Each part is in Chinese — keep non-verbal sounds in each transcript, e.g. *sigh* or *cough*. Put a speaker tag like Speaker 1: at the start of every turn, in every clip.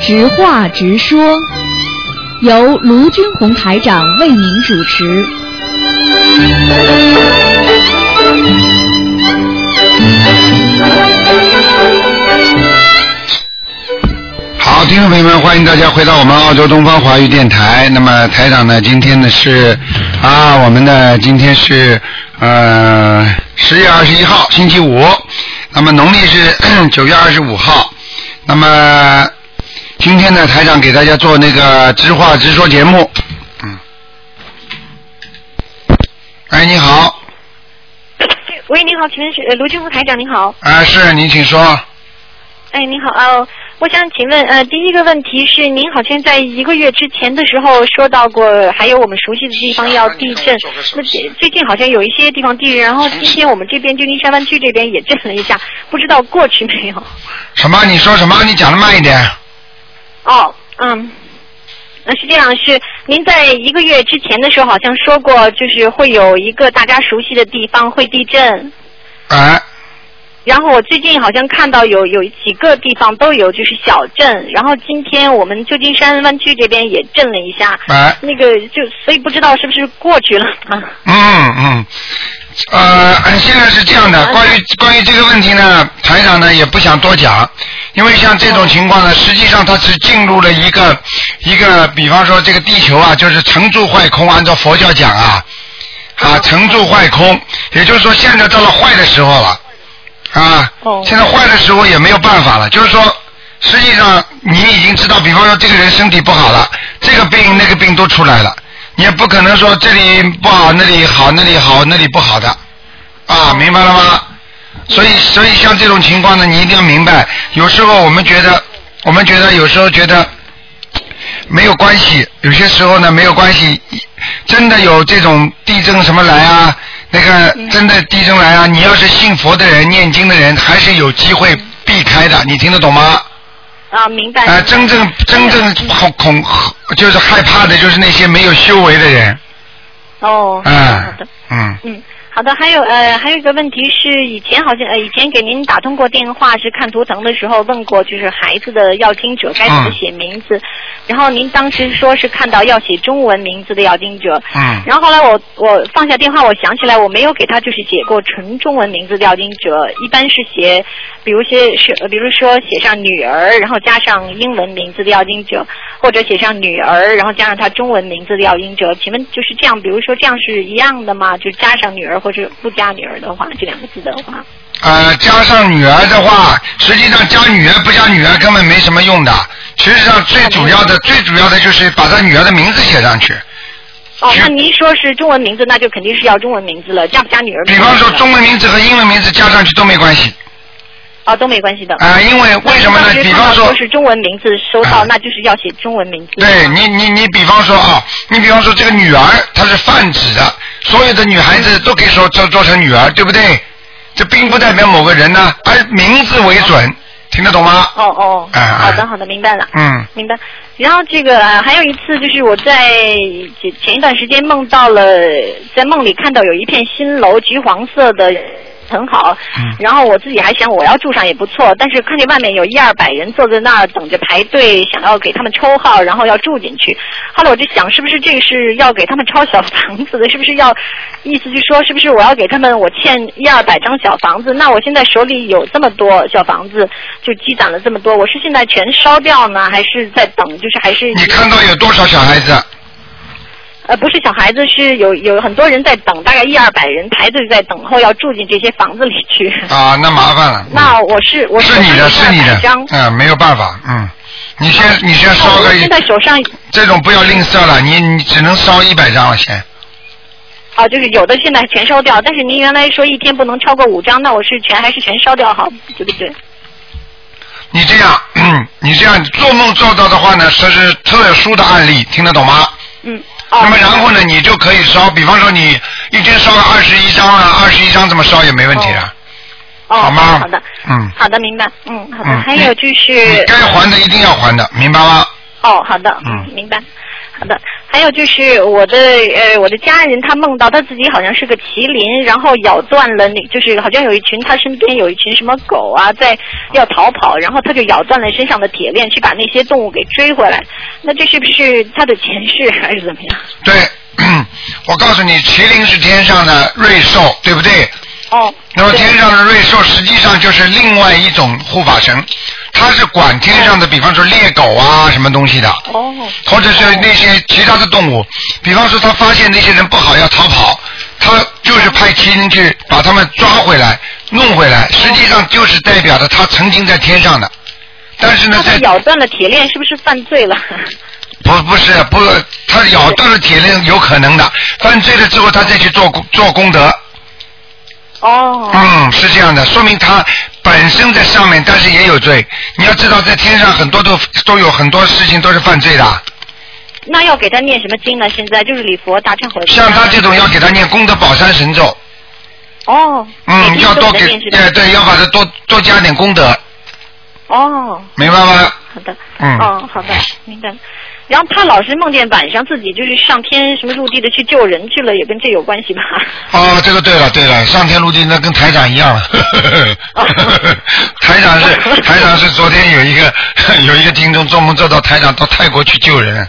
Speaker 1: 直话直说，由卢军红台长为您主持。
Speaker 2: 好，听众朋友们，欢迎大家回到我们澳洲东方华语电台。那么台长呢，今天呢是啊，我们呢今天是呃十月二十一号，星期五。那么农历是 *clears throat* 九月二十五号。那么今天呢，台长给大家做那个直话直说节目。嗯。哎，你好，
Speaker 3: *coughs* 喂，你好，请问是呃卢俊福台长，你好。
Speaker 2: 啊，是您请说。
Speaker 3: 哎，你好，呃，我想请问，呃，第一个问题是，您好像在一个月之前的时候说到过，还有我们熟悉的地方要地震，那最最近好像有一些地方地震，然后今天我们这边旧金山湾区这边也震了一下，不知道过去没有？
Speaker 2: 什么？你说什么？你讲的慢一点。
Speaker 3: 哦，嗯。那是这样，是您在一个月之前的时候好像说过，就是会有一个大家熟悉的地方会地震，
Speaker 2: 哎，
Speaker 3: 然后我最近好像看到有有几个地方都有就是小震，然后今天我们旧金山湾区这边也震了一下，
Speaker 2: 哎，
Speaker 3: 那个就所以不知道是不是过去了 *laughs* 啊？
Speaker 2: 嗯嗯，呃，现在是这样的，关于关于这个问题呢，台长呢也不想多讲，因为像这种情况呢，实际上它是进入了一个一个，比方说这个地球啊，就是成住坏空，按照佛教讲啊，啊，成住坏空，也就是说现在到了坏的时候了，啊，现在坏的时候也没有办法了，就是说。实际上，你已经知道，比方说这个人身体不好了，这个病那个病都出来了，你也不可能说这里不好那里好那里好那里不好的，啊，明白了吗？所以所以像这种情况呢，你一定要明白，有时候我们觉得我们觉得有时候觉得没有关系，有些时候呢没有关系，真的有这种地震什么来啊，那个真的地震来啊，你要是信佛的人、念经的人，还是有机会避开的，你听得懂吗？
Speaker 3: 啊，明白。
Speaker 2: 啊，真正真
Speaker 3: 哎
Speaker 2: 正恐恐就是害怕的，就是那些没有修为的人。
Speaker 3: 哦，
Speaker 2: 嗯嗯，
Speaker 3: 嗯，好的。还有呃，还有一个问题是，以前好像呃，以前给您打通过电话，是看图腾的时候问过，就是孩子的要经者该怎
Speaker 2: 嗯
Speaker 3: 么写名字，然后您当时说是看到要写中文名字的要经者，
Speaker 2: 嗯
Speaker 3: 然后后来我我放下电话，我想起来我没有给他就是写过纯中文名字的要经者，一般是写，比如写是，呃比如说写上女儿，然后加上英文名字的要经者，或者写上女儿，然后加上他中文名字的要经者。请问就是这样，比如说这样是一样的吗？就是加上女儿，或者不加女儿的话，这两个字的话，
Speaker 2: 呃，加上女儿的话，实际上加女儿不加女儿根本没什么用的。实际上最主要的最主要的就是把他女儿的名字写上去。
Speaker 3: 哦，那您说是中文名字，那就肯定是要中文名字了，加不加女儿？
Speaker 2: 比方说中文名字和英文名字加上去都没关系。
Speaker 3: 哦，都没关系的。
Speaker 2: 啊因为为什么呢
Speaker 3: 那您当时
Speaker 2: 比方说哎
Speaker 3: 看到是中文名字收到，那就是要写中文名字。
Speaker 2: 对你，你你比方说啊，你比方说这个女儿，她是泛指的，所有的女孩子都可以说做做成女儿，对不对？这并不代表某个人呢，而名字为准，听得懂吗？
Speaker 3: 哦哦，
Speaker 2: 哎哎
Speaker 3: 好的好的，明白了。
Speaker 2: 嗯
Speaker 3: 明白。然后这个、呃还有一次，就是我在前前一段时间梦到了，在梦里看到有一片新楼，橘黄色的。很好，然后我自己还想我要住上也不错，但是看见外面有一二百人坐在那儿等着排队，想要给他们抽号，然后要住进去。后来我就想，是不是这个是要给他们抄小房子的？是不是要意思就是说，是不是我要给他们我欠一二百张小房子？那我现在手里有这么多小房子，就积攒了这么多，我是现在全烧掉呢，还是在等？就是
Speaker 2: *laughs*
Speaker 3: 还是
Speaker 2: 你看到有多少小孩子？
Speaker 3: 呃，不是小孩子，是有有很多人在等，大概一二百人排队在等候要住进这些房子里去。
Speaker 2: 啊，那麻烦了。
Speaker 3: 那我是我
Speaker 2: 是你的，是你的
Speaker 3: 张，，
Speaker 2: 嗯，没有办法，嗯，你先你先
Speaker 3: 那
Speaker 2: 烧
Speaker 3: 我
Speaker 2: 个，
Speaker 3: 现在手上
Speaker 2: 这种不要吝啬了，你你只能烧一百张了先。
Speaker 3: 啊，就是有的现在全烧掉，但是您原来说一天不能超过五张，那我是全还是全烧掉好，对不对？
Speaker 2: 你这样，嗯你这样做梦做到的话呢，这是特殊的案例，听得懂吗？
Speaker 3: 嗯。
Speaker 2: 那么然后呢，你就可以烧，比方说你一天烧个二十一张啊，二十一张这么烧也没问题的，
Speaker 3: 哦，
Speaker 2: 好吗？
Speaker 3: 好的，
Speaker 2: 嗯，
Speaker 3: 好的，明白。嗯，好的。
Speaker 2: 嗯
Speaker 3: 还有就是
Speaker 2: 该还的一定要还的，明白吗？
Speaker 3: 哦，好的，
Speaker 2: 嗯
Speaker 3: 明白。好的，还有就是我的呃，我的家人他梦到他自己好像是个麒麟，然后咬断了那，就是好像有一群他身边有一群什么狗啊在要逃跑，然后他就咬断了身上的铁链，去把那些动物给追回来。那这是不是他的前世还是怎么样？
Speaker 2: 对， *coughs* 我告诉你，麒麟是天上的瑞兽，对不对？
Speaker 3: 哦。
Speaker 2: 那么天上的瑞兽实际上就是另外一种护法神，它是管天上的，比方说猎狗啊什么东西的，
Speaker 3: 哦。
Speaker 2: 或者是那些其他的动物，比方说他发现那些人不好要逃跑，他就是派麒麟去把他们抓回来、弄回来，实际上就是代表着他曾经在天上的，但是呢，
Speaker 3: 他
Speaker 2: 在
Speaker 3: 咬断了铁链，是不是犯
Speaker 2: *laughs*
Speaker 3: 罪了？
Speaker 2: 不不是不，他咬断了铁链有可能的，犯罪了之后他再去做功做功德，
Speaker 3: 哦。
Speaker 2: 嗯，是这样的，说明他本身在上面，但是也有罪。你要知道，在天上很多都都有很多事情都是犯罪的，
Speaker 3: 那要给他念什么经呢？现在就是礼佛大忏悔文。
Speaker 2: 像他这种要给他念功德宝山神咒，
Speaker 3: 哦。
Speaker 2: 嗯，要多给
Speaker 3: 每天都给他念是，吧
Speaker 2: 哎对，要把它多多加点功德，
Speaker 3: 哦。
Speaker 2: 明白吗？
Speaker 3: 好的。
Speaker 2: 嗯
Speaker 3: 哦，好的，明白。然后他老是梦见晚上自己就是上天什么入地的去救人去了，也跟这有关系吧？
Speaker 2: 哦，这个对了对了，上天入地那跟台长一样
Speaker 3: *laughs*
Speaker 2: 了。台长是台长是昨天有一个有一个听众做梦做到台长到泰国去救人，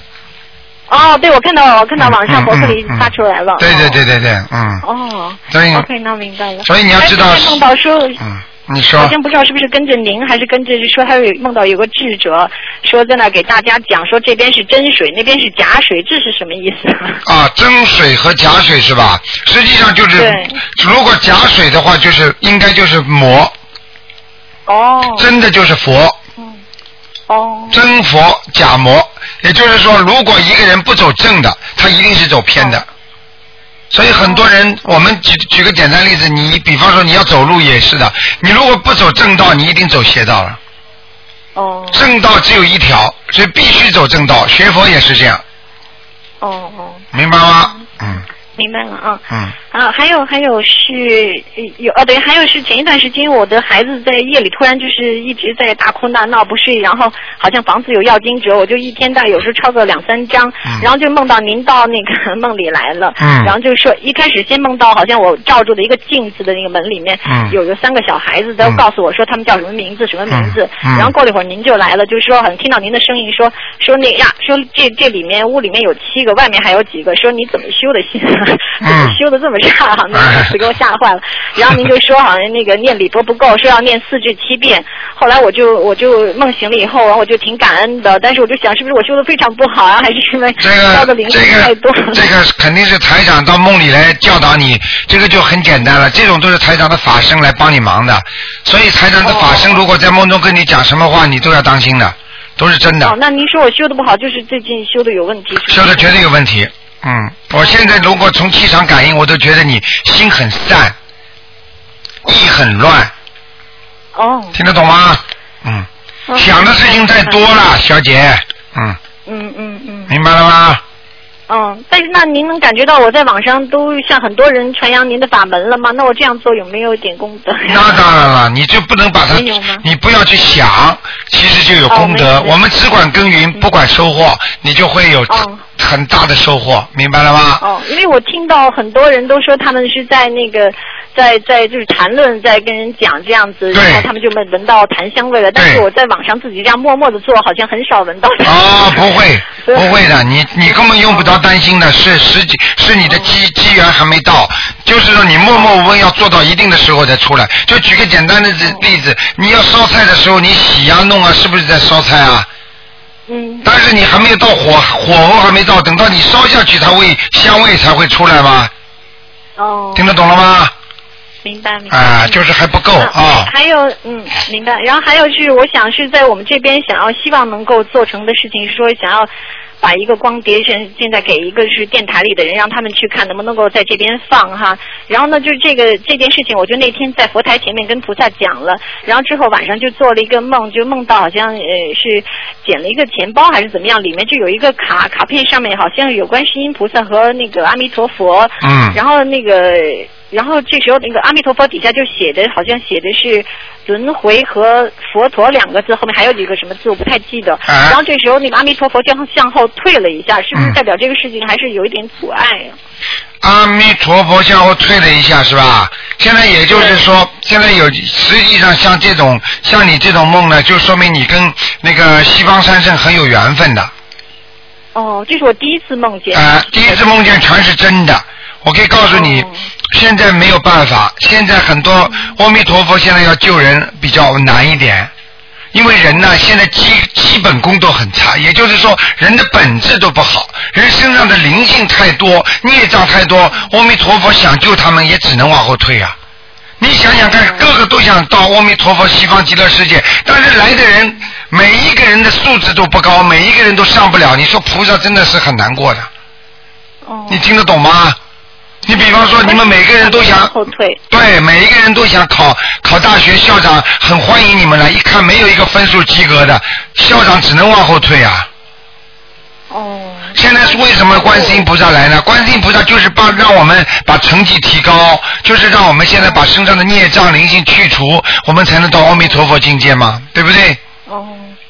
Speaker 3: 哦，对，我看到我看到网上博客里
Speaker 2: 嗯嗯嗯嗯
Speaker 3: 发出来了。
Speaker 2: 对对
Speaker 3: 哦。
Speaker 2: 对对对，嗯，
Speaker 3: 哦。
Speaker 2: 所以
Speaker 3: OK，那明白了。
Speaker 2: 所以你要知道
Speaker 3: 但是他梦到说，
Speaker 2: 嗯，你
Speaker 3: 好
Speaker 2: 说
Speaker 3: 像不知道是不是跟着您，还是跟着说他有梦到有个智者，说在那给大家讲说这边是真水，那边是假水，这是什么意
Speaker 2: *laughs*
Speaker 3: 思？
Speaker 2: 啊，真水和假水是吧？实际上就是
Speaker 3: 对，
Speaker 2: 如果假水的话，就是应该就是魔，
Speaker 3: 哦
Speaker 2: 真的就是佛。
Speaker 3: 哦
Speaker 2: 真佛假魔，也就是说，如果一个人不走正的，他一定是走偏
Speaker 3: 哦
Speaker 2: 的。所以很多人，我们举举个简单例子，你比方说你要走路也是的，你如果不走正道，你一定走邪道了。
Speaker 3: 哦
Speaker 2: 正道只有一条，所以必须走正道。学佛也是这样，
Speaker 3: 哦哦，
Speaker 2: 明白吗？嗯
Speaker 3: 明白了啊。
Speaker 2: 嗯，
Speaker 3: 啊，还有还有是呃有啊，对，还有是前一段时间我的孩子在夜里突然就是一直在大哭大闹不睡，然后好像房子有要经者，我就一天大有时候抄个两三张，
Speaker 2: 嗯
Speaker 3: 然后就梦到您到那个 *laughs* 梦里来了，
Speaker 2: 嗯
Speaker 3: 然后就说一开始先梦到好像我照住的一个镜子的那个门里面、
Speaker 2: 嗯
Speaker 3: 有有三个小孩子都
Speaker 2: 嗯
Speaker 3: 告诉我说他们叫什么名字什么名字，
Speaker 2: 嗯嗯
Speaker 3: 然后过了一会儿您就来了，就说好像听到您的声音说说那呀说这这里面屋里面有七个，外面还有几个，说你怎么修的心？啊 *laughs* 怎么
Speaker 2: 嗯
Speaker 3: 修的这么差、啊？那次给我吓
Speaker 2: *laughs*
Speaker 3: 坏了。然后您就说好像那个念礼佛不够，说要念四至七遍。后来我就我就梦醒了以后，然后啊我就挺感恩的，但是我就想是不是我修的非常不好啊，还是因为
Speaker 2: 这
Speaker 3: 烧的
Speaker 2: 个
Speaker 3: 灵
Speaker 2: 这
Speaker 3: 性太多
Speaker 2: 个这个肯定是台长到梦里来教导你，这个就很简单了。这种都是台长的法身来帮你忙的，所以台长的法
Speaker 3: 哦
Speaker 2: 身如果在梦中跟你讲什么话，你都要当心的，都是真
Speaker 3: 哦
Speaker 2: 的，，
Speaker 3: 那您说我修的不好，就是最近修的有问题。
Speaker 2: 修的绝对有问题。
Speaker 3: 哦
Speaker 2: 嗯，我现在如果从气场感应，我都觉得你心很散，意很乱，
Speaker 3: 哦，
Speaker 2: 听得懂吗？嗯，
Speaker 3: 哦
Speaker 2: 想的事情太多。了，小姐。嗯，
Speaker 3: 嗯嗯嗯。
Speaker 2: 明白了吗？
Speaker 3: 嗯，但是那您能感觉到我在网上都向很多人传扬您的法门了吗？那我这样做有没有一点功德？
Speaker 2: 那当然了，你就不能把它
Speaker 3: 没有吗，
Speaker 2: 你不要去想，其实就有功德。
Speaker 3: 哦没有嗯
Speaker 2: 我们只管耕耘，不管收获，你就会有
Speaker 3: 哦
Speaker 2: 很大的收获，明白了吗？
Speaker 3: 哦，因为我听到很多人都说他们是在那个，在在就是谈论，在跟人讲这样子，
Speaker 2: 对
Speaker 3: 然后他们就闻闻到檀香味了。但是
Speaker 2: 对
Speaker 3: 我在网上自己这样默默的做，好像很少闻到。
Speaker 2: 哦，不会，
Speaker 3: 对
Speaker 2: 不会的，你你根本用不着担心的，是时机，是你的
Speaker 3: 哦
Speaker 2: 机机缘还没到，就是说你默默无闻要做到一定的时候再出来。就举个简单的
Speaker 3: 哦
Speaker 2: 例例子，你要烧菜的时候，你洗呀、弄啊，是不是在烧菜啊？
Speaker 3: 嗯，
Speaker 2: 但是你还没有到火火候还没到，等到你烧下去，它会香味才会出来吗？
Speaker 3: 哦，
Speaker 2: 听得懂了吗？
Speaker 3: 明白哦明白。
Speaker 2: 啊，就是还不够啊。
Speaker 3: 还有，嗯，明白。然后还有是，我想是在我们这边想要希望能够做成的事情，说想要把一个光碟现现在给一个是电台里的人，让他们去看能不能够在这边放哈。然后呢，就是这个这件事情，我就那天在佛台前面跟菩萨讲了，然后之后晚上就做了一个梦，就梦到好像呃是捡了一个钱包还是怎么样，里面就有一个卡，卡片上面好像有观世音菩萨和那个阿弥陀佛，
Speaker 2: 嗯
Speaker 3: 然后那个然后这时候那个阿弥陀佛底下就写的，好像写的是轮回和佛陀两个字，后面还有几个什么字我不太记得。
Speaker 2: 啊
Speaker 3: 然后这时候那个阿弥陀佛向向后退了一下，是不是
Speaker 2: 嗯
Speaker 3: 代表这个事情还是有一点阻碍呀、
Speaker 2: 阿弥陀佛向后退了一下，是吧？现在也就是说，现在有实际上像这种像你这种梦呢，就说明你跟那个西方三圣很有缘分的。啊、
Speaker 3: 哦，这是我第一次梦见。
Speaker 2: 呃第一次梦见全是真的，我可以告诉你，
Speaker 3: 哦
Speaker 2: 现在没有办法，现在很多阿弥陀佛现在要救人比较难一点。因为人呢，现在基基本功都很差，也就是说，人的本质都不好，人身上的灵性太多，孽障太多，阿弥陀佛想救他们，也只能往后退啊。你想想看，个个都想到阿弥陀佛西方极乐世界，但是来的人，每一个人的素质都不高，每一个人都上不了。你说菩萨真的是很难过的，
Speaker 3: 哦，
Speaker 2: 你听得懂吗？你比方说，你们每个人都想
Speaker 3: 向后退。
Speaker 2: 对，每一个人都想考考大学，校长很欢迎你们来。一看没有一个分数及格的，校长只能往后退啊。
Speaker 3: 哦。
Speaker 2: 现在是为什么观世音菩萨来呢？观世音菩萨就是把让我们把成绩提高，就是让我们现在把身上的孽障灵性去除，我们才能到阿弥陀佛境界嘛，对不对？
Speaker 3: 哦。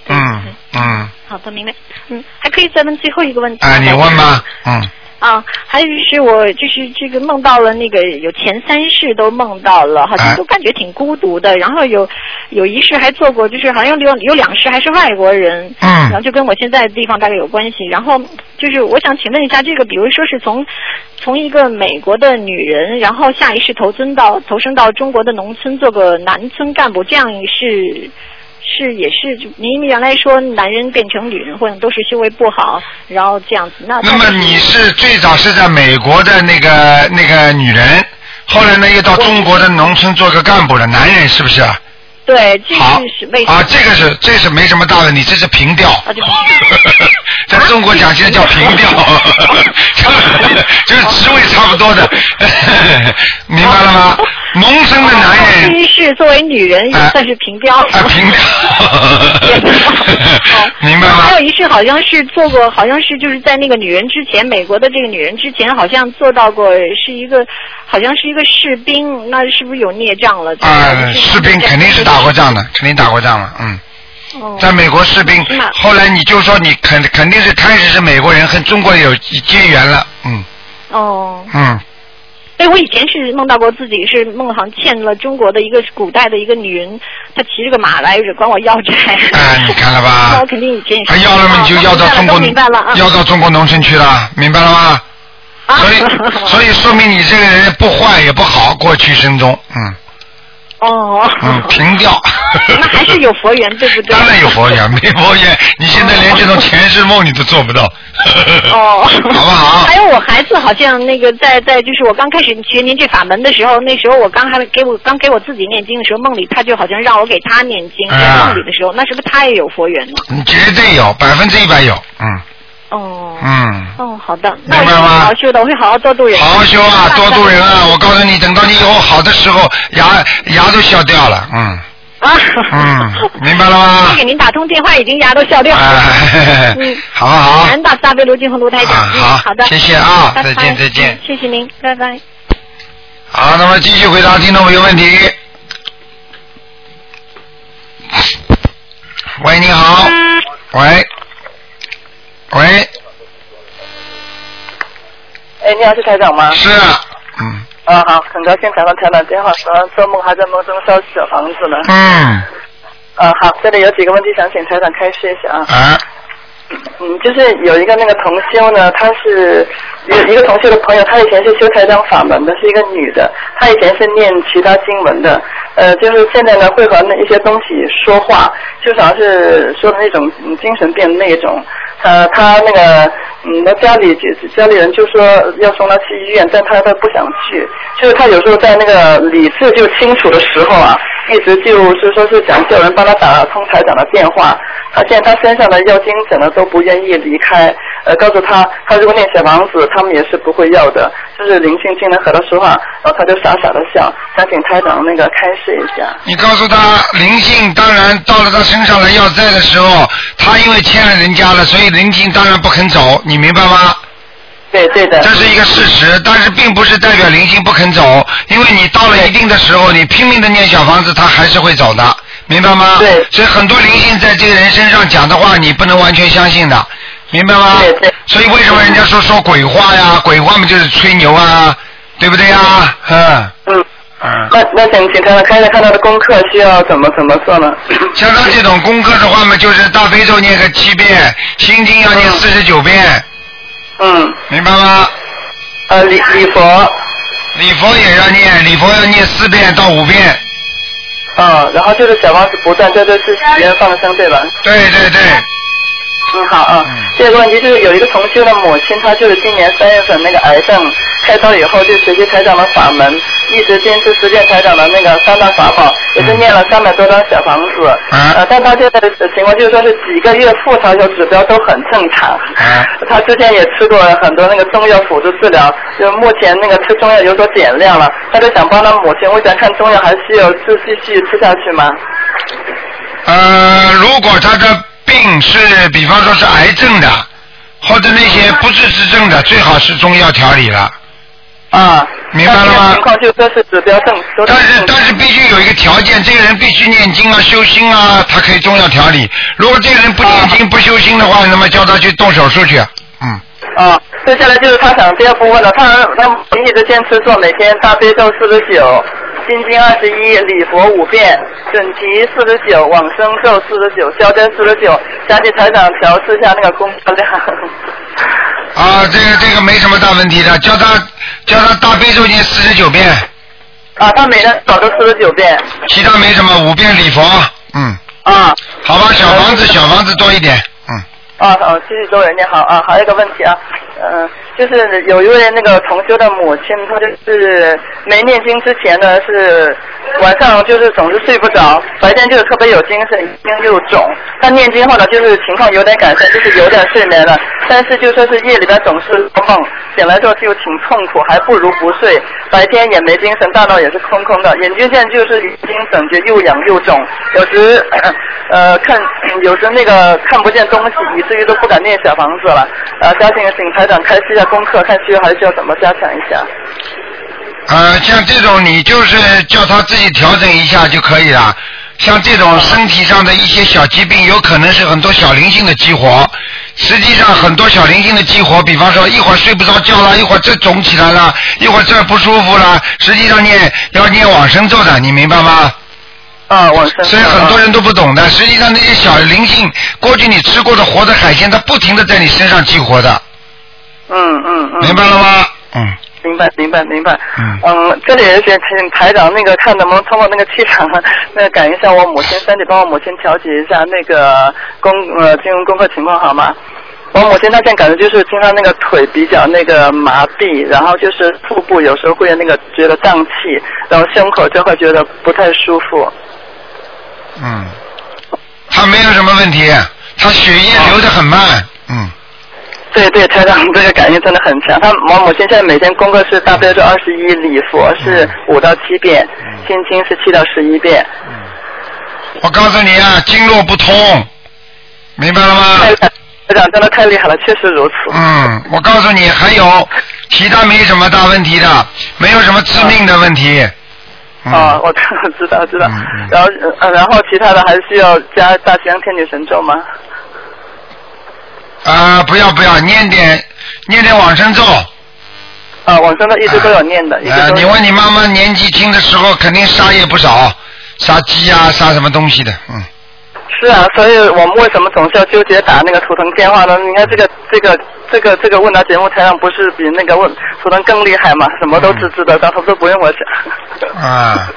Speaker 3: 对
Speaker 2: 嗯。嗯，
Speaker 3: 好的，明白。嗯，还可以再问最后一个问题。
Speaker 2: 哎，你问吧，嗯，
Speaker 3: 啊，还有就是我就是这个梦到了那个有前三世都梦到了，好
Speaker 2: 哎
Speaker 3: 像都感觉挺孤独的。然后有有一世还做过，就是好像有有两世还是外国人，
Speaker 2: 嗯
Speaker 3: 然后就跟我现在的地方大概有关系。然后就是我想请问一下，这个比如说是从从一个美国的女人，然后下一世投身到投身到中国的农村做个南村干部，这样是。是也是，就您原来说男人变成女人，或者都是修为不好，然后这样子。那
Speaker 2: 那么
Speaker 3: 啊他就是
Speaker 2: 你是最早是在美国的那个那个女人，后来呢又到中国的农村做个干部了，男人是不是？
Speaker 3: 对，这
Speaker 2: 好
Speaker 3: 是是为什么？
Speaker 2: 啊，这个是这是没什么大问题，这是平调。
Speaker 3: 啊，对，
Speaker 2: *laughs* 在中国讲现在叫平
Speaker 3: *laughs*
Speaker 2: 调， *laughs* 就是职位差不多的， *laughs* 明白了吗？农村的男
Speaker 3: 第
Speaker 2: 人
Speaker 3: 一世作为女人也
Speaker 2: 哎
Speaker 3: 算是平标。
Speaker 2: 啊平调
Speaker 3: *laughs* 好，
Speaker 2: *laughs* 明白吗
Speaker 3: 还？有一世好像是做过，好像是就是在那个女人之前，美国的这个女人之前，好像做到过是一个，好像是一个士兵，那是不是有孽障了？
Speaker 2: 啊，士兵肯定是打过。仗的，肯定打过仗了，嗯。
Speaker 3: 哦
Speaker 2: 在美国士兵
Speaker 3: 是吗，
Speaker 2: 后来你就说你肯肯定是开始是美国人和中国有结缘了，嗯
Speaker 3: 哦，
Speaker 2: 嗯，
Speaker 3: 对，我以前是梦到过自己是梦，好像欠了中国的一个古代的一个女人，她骑着个马来管我要债。
Speaker 2: 哎，你看了
Speaker 3: *laughs* 那
Speaker 2: 吧
Speaker 3: 我？肯定以前也是
Speaker 2: 还要了吗？你就要到中国
Speaker 3: 啊我，明白了啊，
Speaker 2: 要到中国农村去了，明白了吗？
Speaker 3: 啊 *laughs*
Speaker 2: 所以，所以说明你这个人不坏也不好，过去生中，嗯
Speaker 3: 哦， *laughs*
Speaker 2: 嗯，平调。
Speaker 3: 那还是有佛缘，对不
Speaker 2: *laughs*
Speaker 3: 对？
Speaker 2: 当然有佛缘，没佛
Speaker 3: *laughs*
Speaker 2: 缘，你现在连这种前世梦你都做不到。
Speaker 3: 哦，
Speaker 2: 好不好
Speaker 3: 还？有我孩子好像那个在在就是我刚开始学您这法门的时候，那时候我刚还给我刚给我自己念经的时候，梦里他就好像让我给他念经，
Speaker 2: 啊
Speaker 3: 在梦里的时候，那是不是他也有佛缘呢？
Speaker 2: *laughs* 你绝对有，百分之一百有，嗯
Speaker 3: 哦。
Speaker 2: 嗯。
Speaker 3: 哦，好的，那我一
Speaker 2: 明
Speaker 3: 定
Speaker 2: 白
Speaker 3: 好
Speaker 2: 吗
Speaker 3: 好修的，我会好好做度人。
Speaker 2: 好好修啊，多度人啊！我告诉你，等到你以后好的时候，牙牙都笑掉了，嗯
Speaker 3: 啊，
Speaker 2: 嗯，明白了吗
Speaker 3: 今天？给您打通电话，已经牙都笑掉了。
Speaker 2: 哎
Speaker 3: 嗯，
Speaker 2: 好不好
Speaker 3: 感？恩大慈大悲卢金红卢台长。
Speaker 2: 啊
Speaker 3: 嗯
Speaker 2: 好
Speaker 3: 好的，
Speaker 2: 谢谢啊
Speaker 3: 拜拜
Speaker 2: 再见再见
Speaker 3: 嗯谢谢您，拜拜。
Speaker 2: 好，那么继续回答听众朋友问题。喂，你好。
Speaker 3: 嗯
Speaker 2: 喂。喂，
Speaker 4: 哎，你好，是台长吗？
Speaker 2: 是，嗯
Speaker 4: 啊，好，很高兴打到台长电话。呃，做梦还在梦中烧小房子呢。
Speaker 2: 嗯，
Speaker 4: 嗯、好，这里有几个问题想请台长开示一下啊。
Speaker 2: 啊，
Speaker 4: 嗯，就是有一个那个同修呢，她是有一个同修的朋友，她以前是修台长法门的，是一个女的，她以前是念其他经文的，呃，就是现在呢会和那一些东西说话，就是好像是说的那种嗯精神病那种，呃，她那个嗯，她家里家里人就说要送她去医院，但她她不想去，就是她有时候在那个理智就清楚的时候啊，一直就是说是想叫人帮她打通台长的电话，她现在她身上的药精者呢都不愿意离开，呃，告诉她，她如果念小房子，他们也是不会要的，就是灵性竟然和她说话，然后她就傻傻的笑，想请台长那个开示一下。
Speaker 2: 你告诉他灵性，当然到了他身上来要债的时候，他因为欠了人家了，所以灵性当然不肯走，你明白吗？
Speaker 4: 对，对的
Speaker 2: 这是一个事实，但是并不是代表灵性不肯走，因为你到了一定的时候，你拼命的念小房子，它还是会走的，明白吗？
Speaker 4: 对
Speaker 2: 所以很多灵性在这个人身上讲的话，你不能完全相信的，明白吗？
Speaker 4: 对对
Speaker 2: 所以为什么人家说说鬼话呀？鬼话嘛就是吹牛啊，对不对呀？嗯
Speaker 4: 嗯，
Speaker 2: 嗯。
Speaker 4: 那那请请看看看看他的功课需要怎么怎么
Speaker 2: *coughs*
Speaker 4: 做呢？
Speaker 2: 像他这种功课的话嘛，就是大悲咒念个七遍，心经要念四十九遍，
Speaker 4: 嗯，
Speaker 2: 明白吗？
Speaker 4: 呃，礼礼佛，啊
Speaker 2: 礼佛也要念，礼佛要念四遍到五遍。
Speaker 4: 嗯，然后就是小房子不断，这就是许愿放生对吧？
Speaker 2: 对对对，
Speaker 4: 嗯，好啊。
Speaker 2: 嗯
Speaker 4: 第二个问题就是有一个同修的母亲，她就是今年三月份那个癌症开刀以后，就学习台长的法门，一直坚持实践台长的那个三大法宝，也是念了三百多张小房子。
Speaker 2: 嗯
Speaker 4: 呃，但她现在的情况就是说是几个月复查有指标都很正常。
Speaker 2: 嗯
Speaker 4: *laughs* 她之前也吃过很多那个中药辅助治疗，就目前那个吃中药有所减量了。她就想帮她母亲，我想看中药还需要继继续吃下去吗？
Speaker 2: 呃，如果他的病是，比方说是癌症的，或者那些不治之症的，最好是中药调理了。
Speaker 4: 啊，
Speaker 2: 明白了吗
Speaker 4: 但现在情况就是说是指标正，都
Speaker 2: 但是
Speaker 4: 正常
Speaker 2: 但是必须有一个条件，这个人必须念经啊、修心啊，他可以中药调理。如果这个人不念经、不修心的话，那么叫他去动手术去。嗯，
Speaker 4: 啊，接下来就是他想第二部分了，他他一直坚持做每天大悲咒四十九，心经二十一，礼佛五遍，准提四十九，往生咒四十九，消灾四十九，想请台长调试一下那个功课量。 *laughs*
Speaker 2: 啊，这个这个没什么大问题的，叫他叫他大悲咒念四十九遍，
Speaker 4: 啊，他每天早都四十九遍。
Speaker 2: 其他没什么，五遍礼佛。嗯，
Speaker 4: 啊
Speaker 2: 好吧，小房子小房子多一点。嗯，
Speaker 4: 啊好，继续周人家好啊，还有一个问题啊，嗯、就是有一位那个同修的母亲，她就是没念经之前呢，是晚上就是总是睡不着，白天就是特别有精神，眼睛就肿。她念经后呢，就是情况有点改善，就是有点睡眠了，但是就说是夜里边总是做梦，醒来之后就挺痛苦，还不如不睡。白天也没精神，大脑也是空空的，眼睛现在就是已经感觉又痒又肿，有时呃看有时那个看不见东西，以至于都不敢念小房子了。呃，家庭请台长开示一下功课，看需要还需要怎么加强一下。
Speaker 2: 呃，像这种你就是叫他自己调整一下就可以了。像这种身体上的一些小疾病，有可能是很多小灵性的激活。实际上，很多小灵性的激活，比方说一会儿睡不着觉了，一会儿这肿起来了，一会儿这儿不舒服了。实际上念要念往生咒的，你明白吗？
Speaker 4: 啊，往生。
Speaker 2: 所以很多人都不懂的。实际上那些小灵性，过去你吃过的活的海鲜，它不停的在你身上激活的，
Speaker 4: 嗯嗯嗯，
Speaker 2: 明白了吗？嗯。
Speaker 4: 明白，明白，明白。
Speaker 2: 嗯
Speaker 4: 这里也请请台长那个看能不能通过那个气场，那个感应一下我母亲身体，帮我母亲调节一下那个功呃金融功课情况好吗？我母亲她现在感觉就是经常那个腿比较那个麻痹，然后就是腹部有时候会那个觉得胀气，然后胸口这块觉得不太舒服。
Speaker 2: 嗯，他没有什么问题，他血液流得很慢，嗯，
Speaker 4: 对对，台长这个感应真的很强。他我母亲现在每天功课是大悲咒二十一，礼佛是五到七遍，心经是七到十一遍。
Speaker 2: 我告诉你啊，经络不通，明白了吗？
Speaker 4: 太台长真的太厉害了，确实如此。
Speaker 2: 嗯，我告诉你，还有其他没什么大问题的，没有什么致命的问题。嗯、
Speaker 4: 啊，我看知道知道
Speaker 2: 嗯嗯，
Speaker 4: 然后呃然后其他的还需要加大吉祥天女神咒吗？
Speaker 2: 啊不要不要，念点念点往生咒。
Speaker 4: 啊，网上的一直都有念的，一直
Speaker 2: 呃，
Speaker 4: 都
Speaker 2: 你
Speaker 4: 有
Speaker 2: 问你妈妈年纪轻的时候，肯定杀业不少，杀鸡呀、杀什么东西的，嗯。
Speaker 4: 是啊，所以我们为什么总是要纠结打那个图腾电话呢？你看这个这个这个这个问答节目台上不是比那个问图腾更厉害吗？什么都知知的，然后都不用我讲。 *laughs*
Speaker 2: 啊，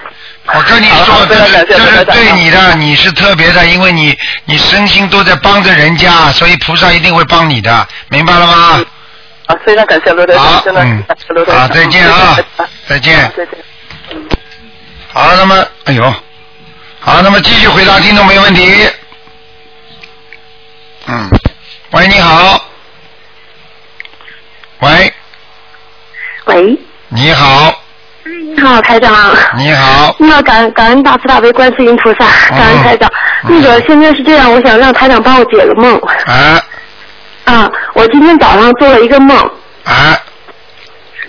Speaker 2: 我跟你
Speaker 4: 好
Speaker 2: 说，
Speaker 4: 好
Speaker 2: 这
Speaker 4: 非常
Speaker 2: 是
Speaker 4: 感谢
Speaker 2: 这
Speaker 4: 非
Speaker 2: 是
Speaker 4: 常感谢啊
Speaker 2: 对你的，你是特别的，因为你你身心都在帮着人家，所以菩萨一定会帮你的，明白了吗？
Speaker 4: 啊，非常感谢罗队
Speaker 2: 好
Speaker 4: 长，，真的
Speaker 2: 嗯
Speaker 4: 感谢罗，队
Speaker 2: 好，
Speaker 4: 长。
Speaker 2: 再见啊哎
Speaker 4: 嗯谢谢啊，
Speaker 2: 再见
Speaker 4: 好。再见。
Speaker 2: 好，那么，哎呦，好，那么继续回答听众没问题。嗯，喂，你好，喂，
Speaker 5: 喂，
Speaker 2: 你好，
Speaker 5: 你好，台长。
Speaker 2: 你好，
Speaker 5: 你好，感感恩大慈大悲观世音菩萨，感恩台长。
Speaker 2: 嗯
Speaker 5: 那个现在是这样，我想让台长帮我解个梦。
Speaker 2: 啊
Speaker 5: 啊，我今天早上做了一个梦，
Speaker 2: 啊，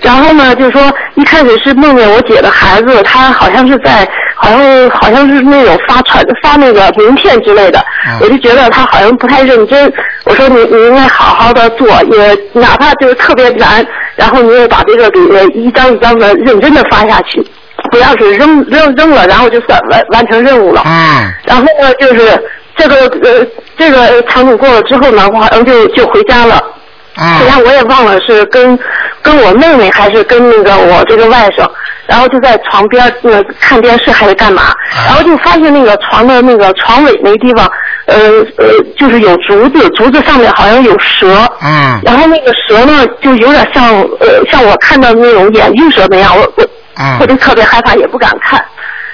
Speaker 5: 然后呢，就是说一开始是梦见我姐的孩子，她好像是在，好像好像是那种发传发那个名片之类的，我就觉得她好像不太认真。我说你你应该好好的做，也哪怕就是特别难，然后你也把这个给呃一张一张的认真的发下去，不要是扔扔扔了，然后就算完完成任务了。
Speaker 2: 嗯
Speaker 5: 然后呢，就是这个呃这个场景过了之后呢，我好像就就回家了。
Speaker 2: 嗯
Speaker 5: 虽然我也忘了是跟跟我妹妹还是跟那个我这个外甥，然后就在床边呃看电视还是干嘛，
Speaker 2: 嗯
Speaker 5: 然后就发现那个床的那个床尾那地方，呃呃就是有竹子，竹子上面好像有蛇，
Speaker 2: 嗯
Speaker 5: 然后那个蛇呢就有点像呃像我看到那种眼镜蛇那样，我我我
Speaker 2: 嗯
Speaker 5: 就特别害怕，也不敢看。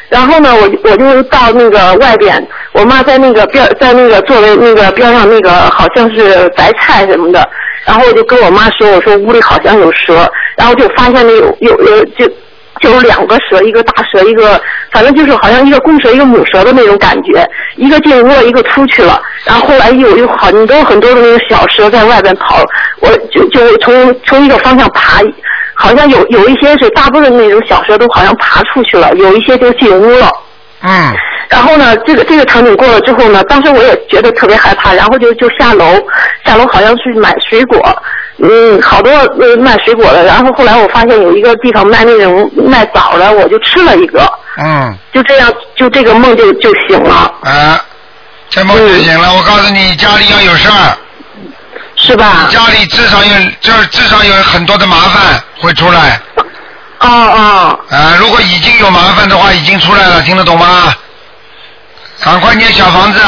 Speaker 5: 然后呢，我就我就到那个外边，我妈在那个边，在那个座位那个边上那个好像是白菜什么的，然后我就跟我妈说，我说屋里好像有蛇，然后就发现那有有有就就有两个蛇，一个大蛇，一个反正就是好像一个公蛇一个母蛇的那种感觉，一个进屋了，一个出去了。然后后来有有好很多很多的那个小蛇在外边跑，我就就从从一个方向爬，好像有有一些是大部分那种小蛇都好像爬出去了，有一些就进屋了。
Speaker 2: 嗯
Speaker 5: 然后呢，这个这个场景过了之后呢，当时我也觉得特别害怕，然后就就下楼，下楼好像去买水果，嗯，好多呃卖水果的，然后后来我发现有一个地方卖那种卖枣的，我就吃了一个，
Speaker 2: 嗯
Speaker 5: 就这样，就这个梦就就醒了，
Speaker 2: 啊，这梦就醒了。我告诉你，家里要有事儿，
Speaker 5: 是吧？
Speaker 2: 家里至少有，就是至少有很多的麻烦会出来。
Speaker 5: 哦哦，
Speaker 2: 啊，如果已经有麻烦的话，已经出来了，听得懂吗？赶快念小房子，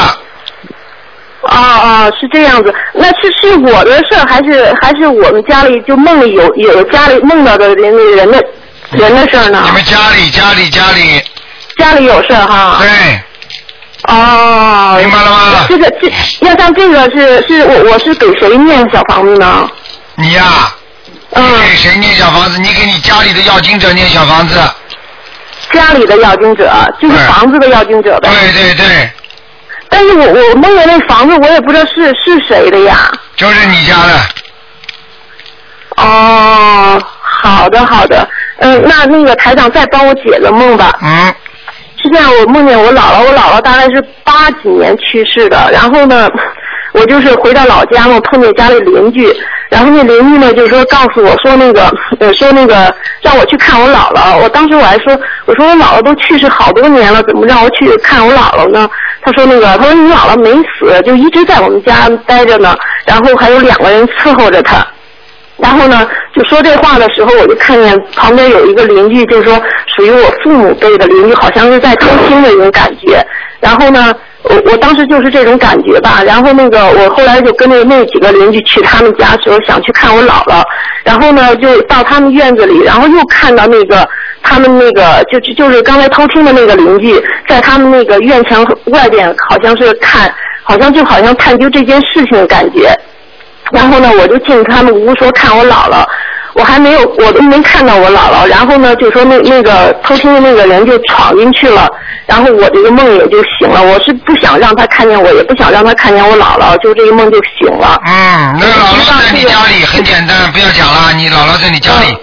Speaker 5: 哦哦，是这样子，那是是我的事儿，还是还是我们家里就梦里有有家里梦到的人人的人的事儿呢
Speaker 2: 嗯你？们家里家里家里，
Speaker 5: 家里有事儿哈？
Speaker 2: 对，
Speaker 5: 哦，
Speaker 2: 明白了吗
Speaker 5: 这？个这要像这个是是我我是给谁念小房子呢？
Speaker 2: 你呀、
Speaker 5: 嗯，
Speaker 2: 你给谁念小房子？你给你家里的要经者念小房子。
Speaker 5: 家里的要经者就是
Speaker 2: 对
Speaker 5: 房子的要经者呗。
Speaker 2: 对对对，
Speaker 5: 但是我我梦见那房子，我也不知道是是谁的呀。
Speaker 2: 就是你家的。
Speaker 5: 哦，好的好的，嗯，那那个台长再帮我解个梦吧。
Speaker 2: 嗯
Speaker 5: 是这样，我梦见我姥姥，我姥姥大概是八几年去世的。然后呢，我就是回到老家嘛，碰见家里邻居，然后那邻居呢就说告诉我说那个，呃，说那个让我去看我姥姥。我当时我还说，我说我姥姥都去世好多年了，怎么让我去看我姥姥呢？他说那个，他说你姥姥没死，就一直在我们家待着呢，然后还有两个人伺候着她。然后呢，就说这话的时候，我就看见旁边有一个邻居，就是说属于我父母辈的邻居，好像是在偷听的一种感觉。然后呢，我我当时就是这种感觉吧。然后那个我后来就跟着那几个邻居去他们家的时候，想去看我姥姥。然后呢，就到他们院子里，然后又看到那个他们那个就就就是刚才偷听的那个邻居，在他们那个院墙外边，好像是看，好像就好像探究这件事情的感觉。然后呢，我就进他们屋说看我姥姥，我还没有，我都没看到我姥姥。然后呢，就说那那个偷听的那个人就闯进去了，然后我这个梦也就醒了。我是不想让他看见我，也不想让他看见我姥姥，就这个梦就醒了。
Speaker 2: 嗯，那姥姥在你家里很简单，不要讲了，你姥姥在你家里
Speaker 5: 嗯，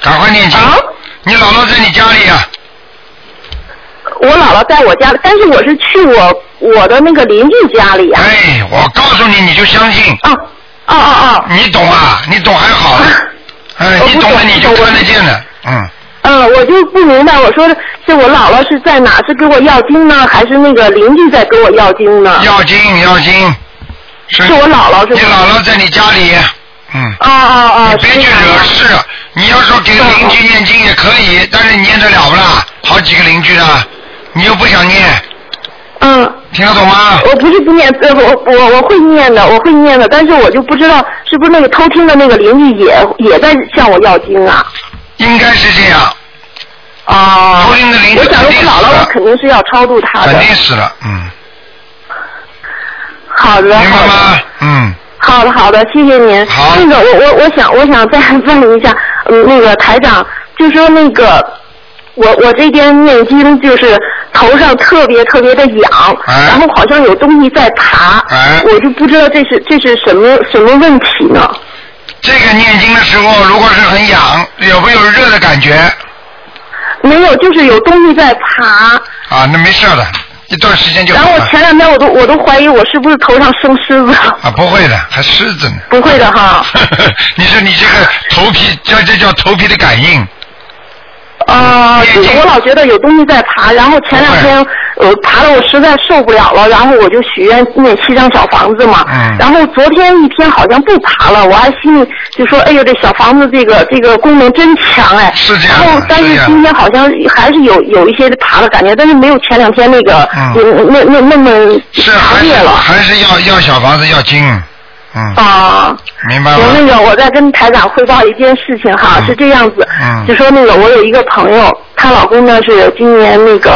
Speaker 2: 赶快念经
Speaker 5: 啊。
Speaker 2: 你姥姥在你家里啊，
Speaker 5: 我姥姥在我家，但是我是去我我的那个邻居家里呀、
Speaker 2: 哎，我告诉你，你就相信，
Speaker 5: 啊。哦哦哦
Speaker 2: 你懂啊？你懂还好
Speaker 5: 哦。，
Speaker 2: 哎，
Speaker 5: 我
Speaker 2: 你
Speaker 5: 不
Speaker 2: 懂了
Speaker 5: 懂
Speaker 2: 你就
Speaker 5: 我
Speaker 2: 看得见的，嗯。
Speaker 5: 嗯，我就不明白，我说是我姥姥是在哪？是给我要经呢，还是那个邻居在给我要经呢？
Speaker 2: 要经要经，是
Speaker 5: 啊是我姥姥是
Speaker 2: 嗯你
Speaker 5: 吗？
Speaker 2: 姥姥在你家里，嗯，
Speaker 5: 哦哦
Speaker 2: 你
Speaker 5: 哦，
Speaker 2: 别
Speaker 5: 是
Speaker 2: 去
Speaker 5: 这样
Speaker 2: 惹
Speaker 5: 啊
Speaker 2: 事。你要说给邻居念经也可以，但是你念得了不啦？好几个邻居的，你又不想念，
Speaker 5: 嗯，
Speaker 2: 听得懂吗？
Speaker 5: 我不是不念，呃，我我我会念的，我会念的，但是我就不知道是不是那个偷听的那个邻居也也在向我要经啊。
Speaker 2: 应该是这样，
Speaker 5: 啊
Speaker 2: 偷听的邻居
Speaker 5: 我想着
Speaker 2: 肯定
Speaker 5: 我
Speaker 2: 是
Speaker 5: 姥
Speaker 2: 的
Speaker 5: 姥，我肯定是要超度他
Speaker 2: 肯
Speaker 5: 的。
Speaker 2: 定死了，嗯，
Speaker 5: 好的，
Speaker 2: 明白
Speaker 5: 好的
Speaker 2: 吗？嗯，
Speaker 5: 好的，好的，谢谢您。
Speaker 2: 好
Speaker 5: 那个，我我我想我想再问一下，嗯，那个台长，就说那个我我这边念经就是头上特别特别的痒，
Speaker 2: 哎
Speaker 5: 然后好像有东西在爬，
Speaker 2: 哎
Speaker 5: 我就不知道这是这是什么什么问题呢？
Speaker 2: 这个念经的时候，如果是很痒，有没有热的感觉？
Speaker 5: 没有，就是有东西在爬。
Speaker 2: 啊，那没事的，一段时间就
Speaker 5: 然
Speaker 2: 好
Speaker 5: 后我
Speaker 2: 了。
Speaker 5: 前两天我都我都怀疑我是不是头上生虱子，
Speaker 2: 啊，不会的，还狮子呢。 *laughs*
Speaker 5: 不会的哈。
Speaker 2: 你说你这个头皮，叫这叫头皮的感应。
Speaker 5: 啊、
Speaker 2: 眼睛
Speaker 5: 我老觉得有东西在爬，然后前两天呃爬的我实在受不了了，然后我就许愿念七张小房子嘛。
Speaker 2: 嗯
Speaker 5: 然后昨天一天好像不爬了，我还心里就说，哎呦，这小房子这个这个功能真强哎。
Speaker 2: 是这
Speaker 5: 然
Speaker 2: 样的
Speaker 5: 后，但
Speaker 2: 是
Speaker 5: 是
Speaker 2: 这样的
Speaker 5: 今天好像还是有有一些爬的感觉，但是没有前两天那个、
Speaker 2: 嗯
Speaker 5: 有那那那么
Speaker 2: 是
Speaker 5: 强
Speaker 2: 还是
Speaker 5: 烈了。
Speaker 2: 还是要要小房子要精，嗯，
Speaker 5: 啊。
Speaker 2: 明白吗？
Speaker 5: 我那个，我再跟台长汇报一件事情哈，
Speaker 2: 嗯
Speaker 5: 是这样子，
Speaker 2: 嗯
Speaker 5: 就说那个我有一个朋友，她老公呢是今年那个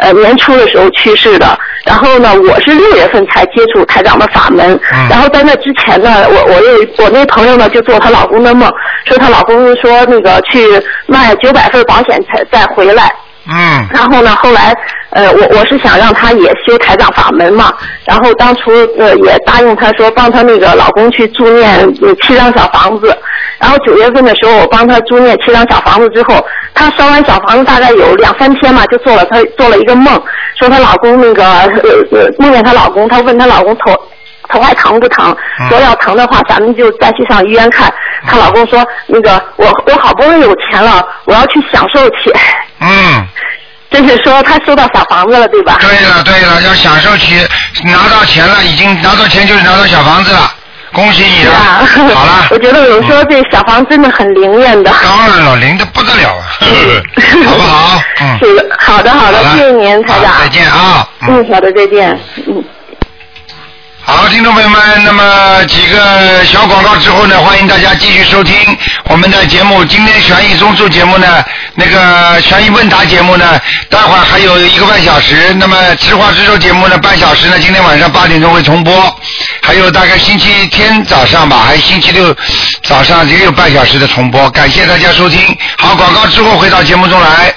Speaker 5: 呃年初的时候去世的，然后呢我是六月份才接触台长的法门，
Speaker 2: 嗯
Speaker 5: 然后在那之前呢，我我有我那朋友呢就做她老公的梦，说她老公说那个去卖九百份保险才再回来，
Speaker 2: 嗯
Speaker 5: 然后呢，后来呃，我我是想让她也修台长法门嘛，然后当初呃也答应她说帮她那个老公去助念呃七张小房子，然后九月份的时候我帮她助念七张小房子之后，她烧完小房子大概有两三天嘛，就做了她做了一个梦，说她老公那个呃呃梦见她老公，她问她老公头。头还疼不疼
Speaker 2: 嗯？
Speaker 5: 说要疼的话，咱们就再去上医院看。她老公说，那个我我好不容易有钱了，我要去享受去。
Speaker 2: 嗯，
Speaker 5: 就是说他收到小房子了，对吧？
Speaker 2: 对了对了，要享受起拿到钱了，已经拿到钱就是拿到小房子了，恭喜你
Speaker 5: 是
Speaker 2: 了，
Speaker 5: 啊，，
Speaker 2: 好了
Speaker 5: *laughs* 我觉得有时候这小房子真的很灵验的。
Speaker 2: 当然了，灵的不得
Speaker 5: *laughs*
Speaker 2: 了啊，好不好？嗯，
Speaker 5: 是的，好的好的，
Speaker 2: 了
Speaker 5: 谢谢您，台长
Speaker 2: 好。再见啊，嗯。
Speaker 5: 嗯，好的，再见。嗯。
Speaker 2: 好，听众朋友们，那么几个小广告之后呢，欢迎大家继续收听我们的节目。今天悬疑综述节目呢，那个悬疑问答节目呢，待会儿还有一个半小时。那么直话直说节目呢，半小时呢，今天晚上八点钟会重播，还有大概星期天早上吧，还有星期六早上也有半小时的重播。感谢大家收听。好，广告之后回到节目中来。